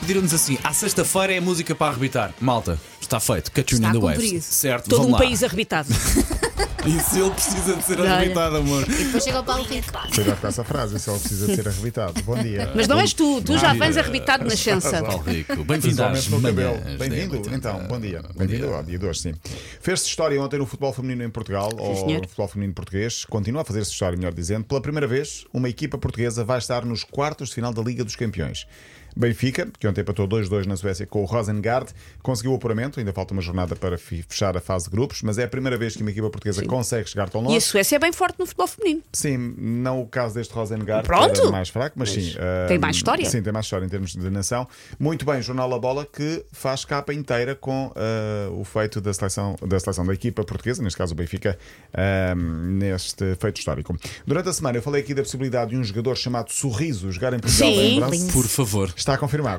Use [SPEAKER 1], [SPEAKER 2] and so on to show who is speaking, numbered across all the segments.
[SPEAKER 1] pediram-nos assim: à sexta-feira é a música para arrebitar. Malta, está feito. Catch you
[SPEAKER 2] Está
[SPEAKER 1] in the
[SPEAKER 2] cumprido.
[SPEAKER 1] waves. Certo,
[SPEAKER 3] Todo um
[SPEAKER 1] vamos lá.
[SPEAKER 3] país arrebitado.
[SPEAKER 1] Isso ele precisa de ser
[SPEAKER 3] Olha.
[SPEAKER 1] arrebitado, amor.
[SPEAKER 2] Depois chega o Paulo Rico.
[SPEAKER 4] Cuidado com essa frase, se ela precisa de ser arrebitado. Bom dia.
[SPEAKER 3] Mas não és tu, tu já vens
[SPEAKER 1] dia.
[SPEAKER 3] arrebitado de nascença.
[SPEAKER 1] Paulo Rico, bem-vindo às
[SPEAKER 4] Principalmente no cabelo.
[SPEAKER 1] manhãs da
[SPEAKER 4] Bem-vindo,
[SPEAKER 1] M80.
[SPEAKER 4] então, bom dia. Bem-vindo ao dia de hoje, sim. Fez-se história ontem no futebol feminino em Portugal, ou
[SPEAKER 3] senhor.
[SPEAKER 4] no futebol feminino português. Continua a fazer-se história, melhor dizendo. Pela primeira vez, uma equipa portuguesa vai estar nos quartos de final da Liga dos Campeões. Benfica, que ontem empatou 2-2 na Suécia com o Rosengard, conseguiu o apuramento. Ainda falta uma jornada para fi- fechar a fase de grupos, mas é a primeira vez que uma equipa portuguesa consegue chegar tão longe.
[SPEAKER 3] E a Suécia é bem forte no futebol feminino.
[SPEAKER 4] Sim, não o caso deste Rosengard,
[SPEAKER 3] Pronto.
[SPEAKER 4] que era mais fraco, mas sim. ah,
[SPEAKER 3] tem mais história.
[SPEAKER 4] Sim, tem mais história em termos de nação. Muito bem, Jornal A Bola, que faz capa inteira com ah, o feito da seleção, da seleção da equipa portuguesa, neste caso o Benfica, ah, neste feito histórico. Durante a semana eu falei aqui da possibilidade de um jogador chamado Sorriso jogar em Portugal.
[SPEAKER 3] Sim.
[SPEAKER 4] lembram-se?
[SPEAKER 1] Por favor.
[SPEAKER 4] Está confirmado.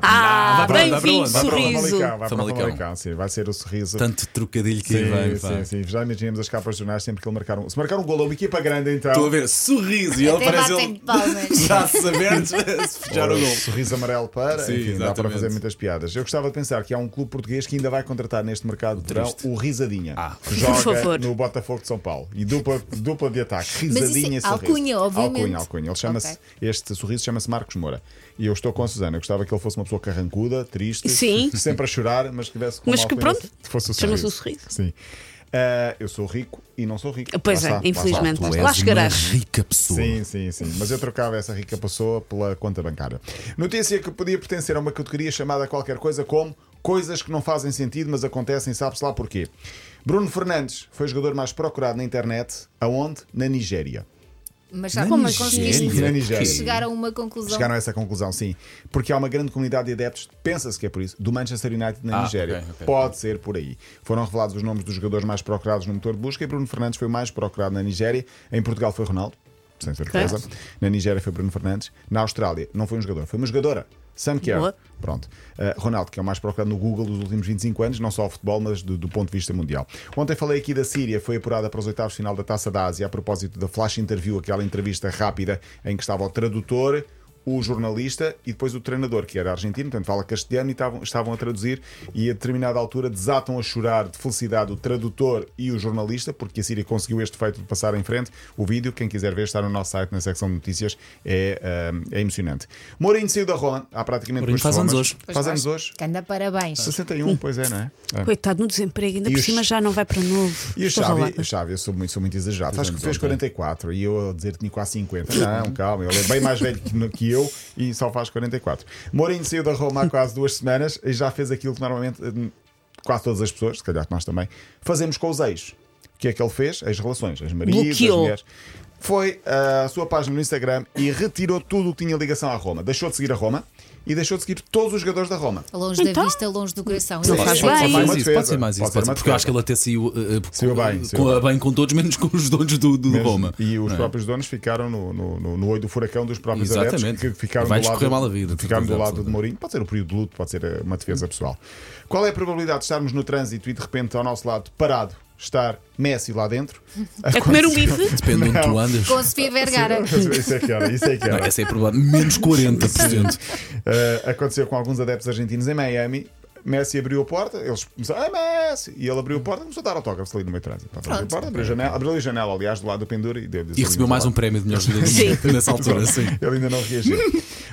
[SPEAKER 1] Não, vai
[SPEAKER 3] Ah,
[SPEAKER 1] para onde,
[SPEAKER 3] bem-vindo,
[SPEAKER 1] vai
[SPEAKER 4] Vai para o
[SPEAKER 3] sorriso.
[SPEAKER 4] Famalicão, vai para o
[SPEAKER 1] Famalicão.
[SPEAKER 4] Famalicão, sim, vai ser o sorriso.
[SPEAKER 1] Tanto trocadilho que aí
[SPEAKER 4] Sim,
[SPEAKER 1] vem. pá.
[SPEAKER 4] sim, sim. Já imaginamos as capas de jornais sempre que ele marcar um. Se marcar um gol a uma equipa grande, então.
[SPEAKER 1] Estou a ver sorriso e ele
[SPEAKER 2] Até
[SPEAKER 1] parece
[SPEAKER 2] batem
[SPEAKER 1] ele
[SPEAKER 2] de palmas.
[SPEAKER 1] já se abertos se fechar o
[SPEAKER 4] Ou
[SPEAKER 1] gol.
[SPEAKER 4] Sorriso amarelo para.
[SPEAKER 1] Sim,
[SPEAKER 4] enfim, dá para
[SPEAKER 1] exatamente.
[SPEAKER 4] fazer muitas piadas. Eu gostava de pensar que há um clube português que ainda vai contratar neste mercado de verão
[SPEAKER 1] triste.
[SPEAKER 4] o Risadinha,
[SPEAKER 1] Ah.
[SPEAKER 4] que joga
[SPEAKER 3] favor.
[SPEAKER 4] no Botafogo de São Paulo. E dupla, dupla de ataque.
[SPEAKER 2] isso é
[SPEAKER 4] Risadinha e sorriso.
[SPEAKER 2] alcunha, obviamente.
[SPEAKER 4] Alcunha, alcunha. Ele chama-se,
[SPEAKER 2] Ok.
[SPEAKER 4] Este sorriso chama-se Marcos Moura. E eu estou com a Susana. Eu gostava que ele fosse uma pessoa carrancuda, triste,
[SPEAKER 3] Sim.
[SPEAKER 4] sempre a chorar, mas que tivesse como
[SPEAKER 3] Mas que
[SPEAKER 4] alcunha
[SPEAKER 3] pronto,
[SPEAKER 4] se fosse o
[SPEAKER 3] chama-se
[SPEAKER 4] sorriso.
[SPEAKER 3] o Sorriso.
[SPEAKER 4] Sim. Ah, eu sou rico e não sou rico.
[SPEAKER 3] Pois
[SPEAKER 4] Lá
[SPEAKER 3] é,
[SPEAKER 4] está, lá está.
[SPEAKER 3] infelizmente.
[SPEAKER 1] Tu
[SPEAKER 3] Lá
[SPEAKER 1] és uma
[SPEAKER 3] chegarás.
[SPEAKER 1] rica pessoa.
[SPEAKER 4] Sim, sim, sim. Mas eu trocava essa rica pessoa pela conta bancária. Notícia que podia pertencer a uma categoria chamada qualquer coisa como coisas que não fazem sentido, mas acontecem, sabe-se lá porquê. Bruno Fernandes foi o jogador mais procurado na internet. Aonde? Na Nigéria.
[SPEAKER 2] Mas já
[SPEAKER 1] Como
[SPEAKER 2] mas é conseguiste
[SPEAKER 1] Nigéria?
[SPEAKER 4] Na Nigéria.
[SPEAKER 2] chegar a uma conclusão.
[SPEAKER 4] Chegaram a essa conclusão, sim. Porque há uma grande comunidade de adeptos, pensa-se que é por isso, do Manchester United na
[SPEAKER 1] Ah,
[SPEAKER 4] Nigéria.
[SPEAKER 1] ok, ok.
[SPEAKER 4] Pode ser por aí. Foram revelados os nomes dos jogadores mais procurados no motor de busca e Bruno Fernandes foi o mais procurado na Nigéria. Em Portugal foi Ronaldo, sem certeza. Na Nigéria foi Bruno Fernandes. Na Austrália não foi um jogador, foi uma jogadora. Sam Kerr.
[SPEAKER 3] Boa.
[SPEAKER 4] Pronto. Uh, Ronaldo, que é o mais procurado no Google dos últimos 25 anos, não só ao futebol, mas do, do ponto de vista mundial. Ontem falei aqui da Síria, foi apurada para os oitavos de final da Taça da Ásia, a propósito da flash interview, aquela entrevista rápida em que estava o tradutor, o jornalista e depois o treinador, que era argentino, portanto fala castelhano, e estavam, estavam a traduzir e a determinada altura desatam a chorar de felicidade o tradutor e o jornalista, porque a Síria conseguiu este feito de passar em frente. O vídeo, quem quiser ver, está no nosso site, na secção de notícias, é, ah, é emocionante. Mourinho saiu da Roma, há praticamente
[SPEAKER 1] Mourinho
[SPEAKER 4] duas
[SPEAKER 1] faz anos
[SPEAKER 4] semanas.
[SPEAKER 1] hoje.
[SPEAKER 2] Pois
[SPEAKER 4] Faz
[SPEAKER 2] vai.
[SPEAKER 4] anos hoje.
[SPEAKER 2] Anda parabéns.
[SPEAKER 4] 61, pois é, não é? É.
[SPEAKER 3] Coitado, no desemprego, ainda
[SPEAKER 4] E
[SPEAKER 3] por
[SPEAKER 4] os-
[SPEAKER 3] cima já não vai para novo.
[SPEAKER 4] E o
[SPEAKER 3] Estou
[SPEAKER 4] Xavi,
[SPEAKER 3] ralada.
[SPEAKER 4] o Xavi, eu sou muito, sou muito exagerado. Acho que
[SPEAKER 1] anos
[SPEAKER 4] fez
[SPEAKER 1] ontem.
[SPEAKER 4] 44 e eu a dizer que tinha quase 50. Não, calma, ele é bem mais velho que, que eu e só faz 44. Mourinho saiu da Roma há quase duas semanas e já fez aquilo que normalmente hum, quase todas as pessoas, se calhar nós também, fazemos com os ex. O que é que ele fez? As relações, as maridos, as
[SPEAKER 3] Bloqueou.
[SPEAKER 4] mulheres. Foi à sua página no Instagram e retirou tudo o que tinha ligação à Roma. Deixou de seguir a Roma e deixou de seguir todos os jogadores da Roma.
[SPEAKER 2] Longe da
[SPEAKER 3] Então?
[SPEAKER 2] vista, longe do coração.
[SPEAKER 3] Não
[SPEAKER 2] Isso
[SPEAKER 3] faz
[SPEAKER 2] é
[SPEAKER 3] bem.
[SPEAKER 2] certo.
[SPEAKER 1] Pode ser mais
[SPEAKER 4] Pode
[SPEAKER 1] isso,
[SPEAKER 4] ser
[SPEAKER 1] pode ser
[SPEAKER 4] uma
[SPEAKER 1] mais isso.
[SPEAKER 4] defesa.
[SPEAKER 1] pode ser, porque eu acho que ela até saiu, eh, eh,
[SPEAKER 4] Saiu
[SPEAKER 1] com,
[SPEAKER 4] bem, saiu
[SPEAKER 1] com-
[SPEAKER 4] bem.
[SPEAKER 1] a bem com todos, menos com os donos do, do, do
[SPEAKER 4] Mesmo.
[SPEAKER 1] Roma.
[SPEAKER 4] E os
[SPEAKER 1] Não é?
[SPEAKER 4] próprios donos ficaram no, no, no, no olho do furacão dos próprios
[SPEAKER 1] Exatamente.
[SPEAKER 4] adeptos que ficaram
[SPEAKER 1] Vais
[SPEAKER 4] do
[SPEAKER 1] correr
[SPEAKER 4] lado,
[SPEAKER 1] mal a vida, de
[SPEAKER 4] ficaram do
[SPEAKER 1] certeza
[SPEAKER 4] lado de
[SPEAKER 1] absoluta.
[SPEAKER 4] Mourinho. Pode ser um período de luto, pode ser eh, uma defesa pessoal. Qual é a probabilidade de estarmos no trânsito e de repente ao nosso lado parado estar Messi lá dentro?
[SPEAKER 3] A comer um bife?
[SPEAKER 1] Depende onde tu andas.
[SPEAKER 2] Com Sofia Vergara.
[SPEAKER 4] isso é que era, isso é que
[SPEAKER 1] Não,
[SPEAKER 4] era.
[SPEAKER 1] essa é a probabilidade. Menos 40%.
[SPEAKER 4] Uh, aconteceu com alguns adeptos argentinos em Miami. Messi abriu a porta, eles começaram, ah, Messi! E ele abriu a porta e começou a dar autógrafos ali no meio de trânsito. Abriu a porta, abriu a janela, abriu a janela, aliás, do lado do pendura e deu
[SPEAKER 1] E recebeu mais um prémio de melhor jogador do mundo nessa altura, sim.
[SPEAKER 4] Ele ainda não reagiu.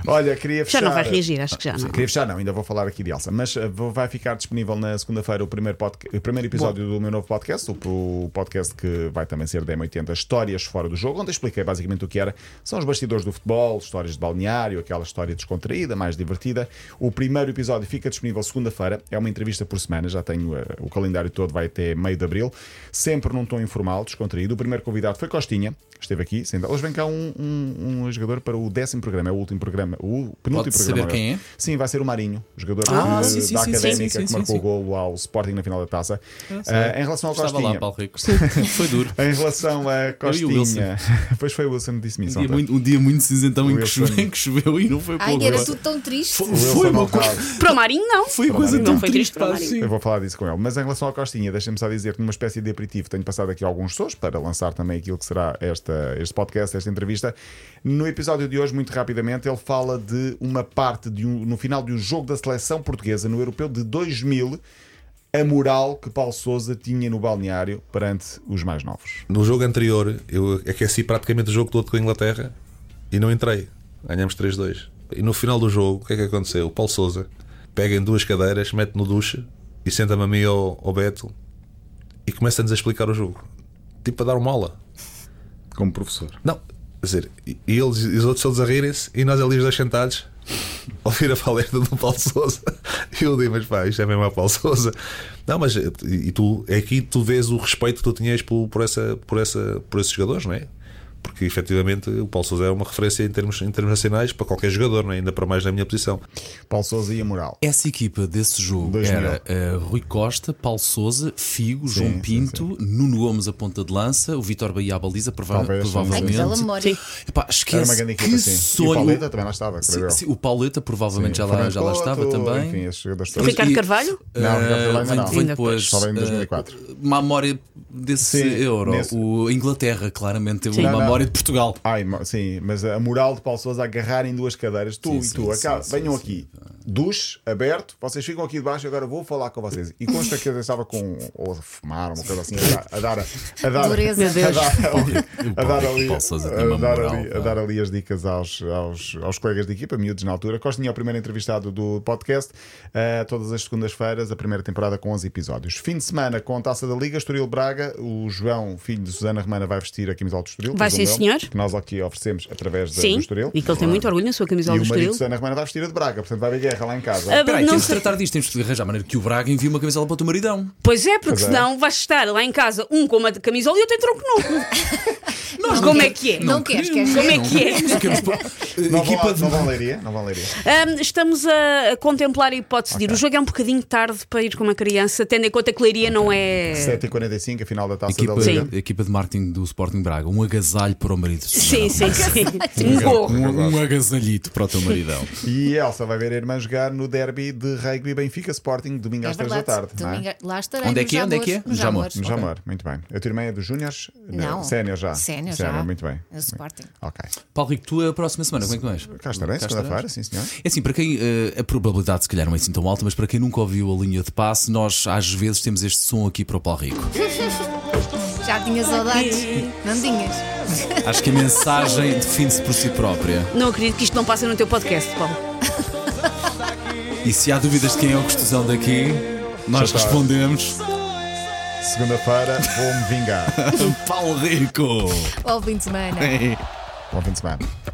[SPEAKER 4] Olha, queria
[SPEAKER 3] Já
[SPEAKER 4] fechar.
[SPEAKER 3] não vai reagir, acho que já não.
[SPEAKER 4] Queria fechar, não, ainda vou falar aqui de Elsa, mas eh, vou- vai ficar disponível na segunda-feira o primeiro, podca- o primeiro episódio do meu novo podcast, o, o podcast que vai também ser da M80 Histórias Fora do Jogo, onde eu expliquei basicamente o que era. São os bastidores do futebol, histórias de balneário, aquela história descontraída, mais divertida. O primeiro episódio fica disponível segunda-feira, é uma entrevista por semana, já tenho eh, o calendário todo, vai até meio de abril, sempre num tom informal, descontraído. O primeiro convidado foi Costinha, esteve aqui, sendo. Hoje vem cá um, um- um jogador para o décimo programa, é o último programa, o penúltimo
[SPEAKER 1] Pode
[SPEAKER 4] programa.
[SPEAKER 1] saber quem é?
[SPEAKER 4] Sim, vai ser o Marinho, jogador
[SPEAKER 1] Ah,
[SPEAKER 4] de-
[SPEAKER 1] sim, sim,
[SPEAKER 4] da
[SPEAKER 1] sim, sim,
[SPEAKER 4] Académica
[SPEAKER 1] sim,
[SPEAKER 4] que
[SPEAKER 1] sim,
[SPEAKER 4] marcou
[SPEAKER 1] sim.
[SPEAKER 4] o golo ao Sporting na final da taça. Ah, em relação ao
[SPEAKER 1] Estava
[SPEAKER 4] Costinha.
[SPEAKER 1] lá, Paulo Rico. Foi duro.
[SPEAKER 4] em relação a Costinha. pois foi o Wilson que disse-me isso.
[SPEAKER 1] Um dia,
[SPEAKER 4] ontem.
[SPEAKER 1] muito, um dia muito cinzentão em que,
[SPEAKER 4] Wilson.
[SPEAKER 1] choveu, em que choveu e não foi
[SPEAKER 2] Ai,
[SPEAKER 1] pouco.
[SPEAKER 2] era tudo tão triste.
[SPEAKER 1] Foi,
[SPEAKER 4] Wilson
[SPEAKER 1] foi uma
[SPEAKER 4] não
[SPEAKER 1] coisa.
[SPEAKER 4] sabe.
[SPEAKER 3] Para o Marinho, não.
[SPEAKER 1] Foi uma coisa
[SPEAKER 4] Não,
[SPEAKER 1] tão
[SPEAKER 3] não foi
[SPEAKER 1] triste
[SPEAKER 3] triste para o
[SPEAKER 1] pá, assim.
[SPEAKER 4] Eu vou falar disso com ele. Mas em relação à Costinha, deixem-me só dizer que numa espécie de aperitivo tenho passado aqui alguns sons para lançar também aquilo que será esta, este podcast, esta entrevista. No episódio de hoje, muito rapidamente, ele fala. fala de uma parte de um, no final de um jogo da seleção portuguesa no europeu de 2000, a moral que Paulo Souza tinha no balneário perante os mais novos.
[SPEAKER 5] No jogo anterior, eu aqueci praticamente o jogo todo com a Inglaterra e não entrei. Ganhamos 3-2. E no final do jogo, o que é que aconteceu? O Paulo Souza pega em duas cadeiras, mete no duche e senta-me a mim ao, ao Beto e começa-nos a explicar o jogo. Tipo a dar uma aula.
[SPEAKER 4] Como professor.
[SPEAKER 5] Não, quer dizer, e e eles e os outros todos a rirem-se e nós ali os dois sentados a ouvir a palestra do Paulo Souza. E eu digo, mas pá, isto é mesmo a Paulo Souza. Não, mas e, e tu, é aqui tu vês o respeito que tu tinhas por, por, essa, por, essa, por esses jogadores, não é? Porque efetivamente o Paulo Souza é uma referência em termos, em termos nacionais para qualquer jogador, não é? ainda para mais na minha posição.
[SPEAKER 4] Paulo Souza e a moral.
[SPEAKER 1] Essa equipa desse jogo
[SPEAKER 4] 2000.
[SPEAKER 1] era eh, Rui Costa, Paulo Souza, Figo,
[SPEAKER 4] sim,
[SPEAKER 1] João Pinto, Nuno Gomes a ponta de lança, o Vitor Bahia à baliza, prova-
[SPEAKER 4] Talvez, sim.
[SPEAKER 2] Ai, que
[SPEAKER 1] provavelmente.
[SPEAKER 2] bela memória.
[SPEAKER 1] Epá,
[SPEAKER 4] Era
[SPEAKER 1] esquece
[SPEAKER 4] uma grande equipa,
[SPEAKER 1] que
[SPEAKER 4] sim. E o
[SPEAKER 1] sonho.
[SPEAKER 4] Pauleta também lá estava,
[SPEAKER 1] Sim,
[SPEAKER 4] creio eu.
[SPEAKER 1] sim, o Pauleta provavelmente já lá,
[SPEAKER 4] Fernando
[SPEAKER 1] já lá estava
[SPEAKER 4] Couto,
[SPEAKER 1] também.
[SPEAKER 4] Enfim, esses jogadores
[SPEAKER 3] O
[SPEAKER 4] todos.
[SPEAKER 1] Mas-
[SPEAKER 3] Ricardo
[SPEAKER 1] e-
[SPEAKER 3] Carvalho?
[SPEAKER 4] Não, Ricardo
[SPEAKER 1] Eh,
[SPEAKER 4] Carvalho ainda
[SPEAKER 1] vem,
[SPEAKER 4] não.
[SPEAKER 1] vem
[SPEAKER 3] Ainda
[SPEAKER 1] depois.
[SPEAKER 3] depois.
[SPEAKER 4] Só vem em
[SPEAKER 1] eh,
[SPEAKER 4] 2004.
[SPEAKER 1] uma memória desse
[SPEAKER 4] Sim,
[SPEAKER 1] euro.
[SPEAKER 4] nesse-
[SPEAKER 1] O a Inglaterra, claramente, teve uma
[SPEAKER 4] Não, não.
[SPEAKER 1] memória de Portugal.
[SPEAKER 4] Ai, mo- sim, mas a moral de Paulo Sousa agarrarem duas cadeiras, tu
[SPEAKER 1] Sim,
[SPEAKER 4] e
[SPEAKER 1] sim,
[SPEAKER 4] tu,
[SPEAKER 1] sim,
[SPEAKER 4] acá,
[SPEAKER 1] sim,
[SPEAKER 4] venham
[SPEAKER 1] sim.
[SPEAKER 4] aqui, duche aberto, vocês ficam aqui debaixo, agora vou falar com vocês. E consta que eu estava com, ou a fumar, uma coisa assim, a dar, a dar, a dar,
[SPEAKER 2] Dureza. Meu
[SPEAKER 4] a
[SPEAKER 2] Deus.
[SPEAKER 4] dar ali, a
[SPEAKER 1] Paulo-
[SPEAKER 4] dar ali,
[SPEAKER 1] Paulo Sousa tem uma
[SPEAKER 4] a dar
[SPEAKER 1] moral,
[SPEAKER 4] ali- a
[SPEAKER 1] pá.
[SPEAKER 4] dar ali as dicas aos, aos, aos colegas de equipa, miúdos na altura. Costinha é o primeiro entrevistado do podcast, eh, todas as segundas-feiras, a primeira temporada com 11 episódios. Fim de semana com a Taça da Liga, Estoril Braga, o João, filho de Susana Romana, vai vestir a camisola do Estoril.
[SPEAKER 3] Vai, sim,
[SPEAKER 4] presumo eu,
[SPEAKER 3] senhor.
[SPEAKER 4] Que nós aqui oferecemos através da- do
[SPEAKER 3] Sim.
[SPEAKER 4] Estoril.
[SPEAKER 3] E que ele tem muito orgulho na sua
[SPEAKER 4] E o
[SPEAKER 3] camisola do
[SPEAKER 4] marido
[SPEAKER 3] Estoril.
[SPEAKER 4] de Susana Romana vai vestir a de Braga, portanto vai haver guerra lá em casa.
[SPEAKER 3] Ah,
[SPEAKER 1] Peraí,
[SPEAKER 3] Não
[SPEAKER 1] temos de
[SPEAKER 3] sei.
[SPEAKER 1] tratar disto, temos de arranjar a maneira que o Braga envie uma camisola para o teu maridão.
[SPEAKER 3] Pois é, porque
[SPEAKER 4] Pois é.
[SPEAKER 3] senão vais estar lá em casa um com uma camisola e outro em tronco nu. como é que é?
[SPEAKER 2] Não queres, queres
[SPEAKER 3] Como é que é?
[SPEAKER 1] Não queremos pôr-
[SPEAKER 4] não vão
[SPEAKER 1] equipa
[SPEAKER 4] lá-
[SPEAKER 1] de.
[SPEAKER 4] não vão leiria, não vão leiria.
[SPEAKER 3] Ahm, estamos a a contemplar a hipótese de ir. O jogo é um bocadinho tarde para ir com uma criança, tendo em conta que Leiria não é.
[SPEAKER 4] 7h45, a final da Taça
[SPEAKER 1] Equipa,
[SPEAKER 4] da Liga.
[SPEAKER 1] equipa de marketing do Sporting Braga, um agasalho para o marido.
[SPEAKER 3] Sim, sim, sim. Um gorro.
[SPEAKER 1] Um, um agasalhito para o teu maridão.
[SPEAKER 4] E a Elsa vai ver a irmã jogar no derby de rugby Benfica Sporting, domingo
[SPEAKER 2] É
[SPEAKER 4] às 3 da
[SPEAKER 2] verdade.
[SPEAKER 4] tarde. não é?
[SPEAKER 2] Domingo- Lá estarei.
[SPEAKER 1] Onde é
[SPEAKER 2] no
[SPEAKER 1] que é? Onde é que é?
[SPEAKER 2] Jamor, no
[SPEAKER 1] Jamor.
[SPEAKER 2] Jamor.
[SPEAKER 4] No Jamor, muito bem. A tua irmã é dos Júniors?
[SPEAKER 2] Não.
[SPEAKER 4] Sénior já.
[SPEAKER 2] Sénior já.
[SPEAKER 4] muito bem.
[SPEAKER 2] No Sporting.
[SPEAKER 4] Ok.
[SPEAKER 1] Paulo Rico, tu a próxima semana, como é que vais?
[SPEAKER 4] Cá estarei, segunda-feira, sim senhor.
[SPEAKER 1] É assim, para quem eh, a probabilidade se calhar não é assim tão alta, mas para quem nunca ouviu a linha de passe, nós às vezes temos este som aqui para o Paulo Rico.
[SPEAKER 2] Já tinha saudades? Não tinhas?
[SPEAKER 1] Acho que a mensagem define-se por si própria.
[SPEAKER 3] Não acredito que isto não passe no teu podcast, Paulo.
[SPEAKER 1] E se há dúvidas de quem é o gostosão daqui, nós respondemos
[SPEAKER 4] Segunda-feira vou-me vingar.
[SPEAKER 1] Paulo Rico.
[SPEAKER 2] Ou ao fim de semana?
[SPEAKER 4] Bom fim de semana.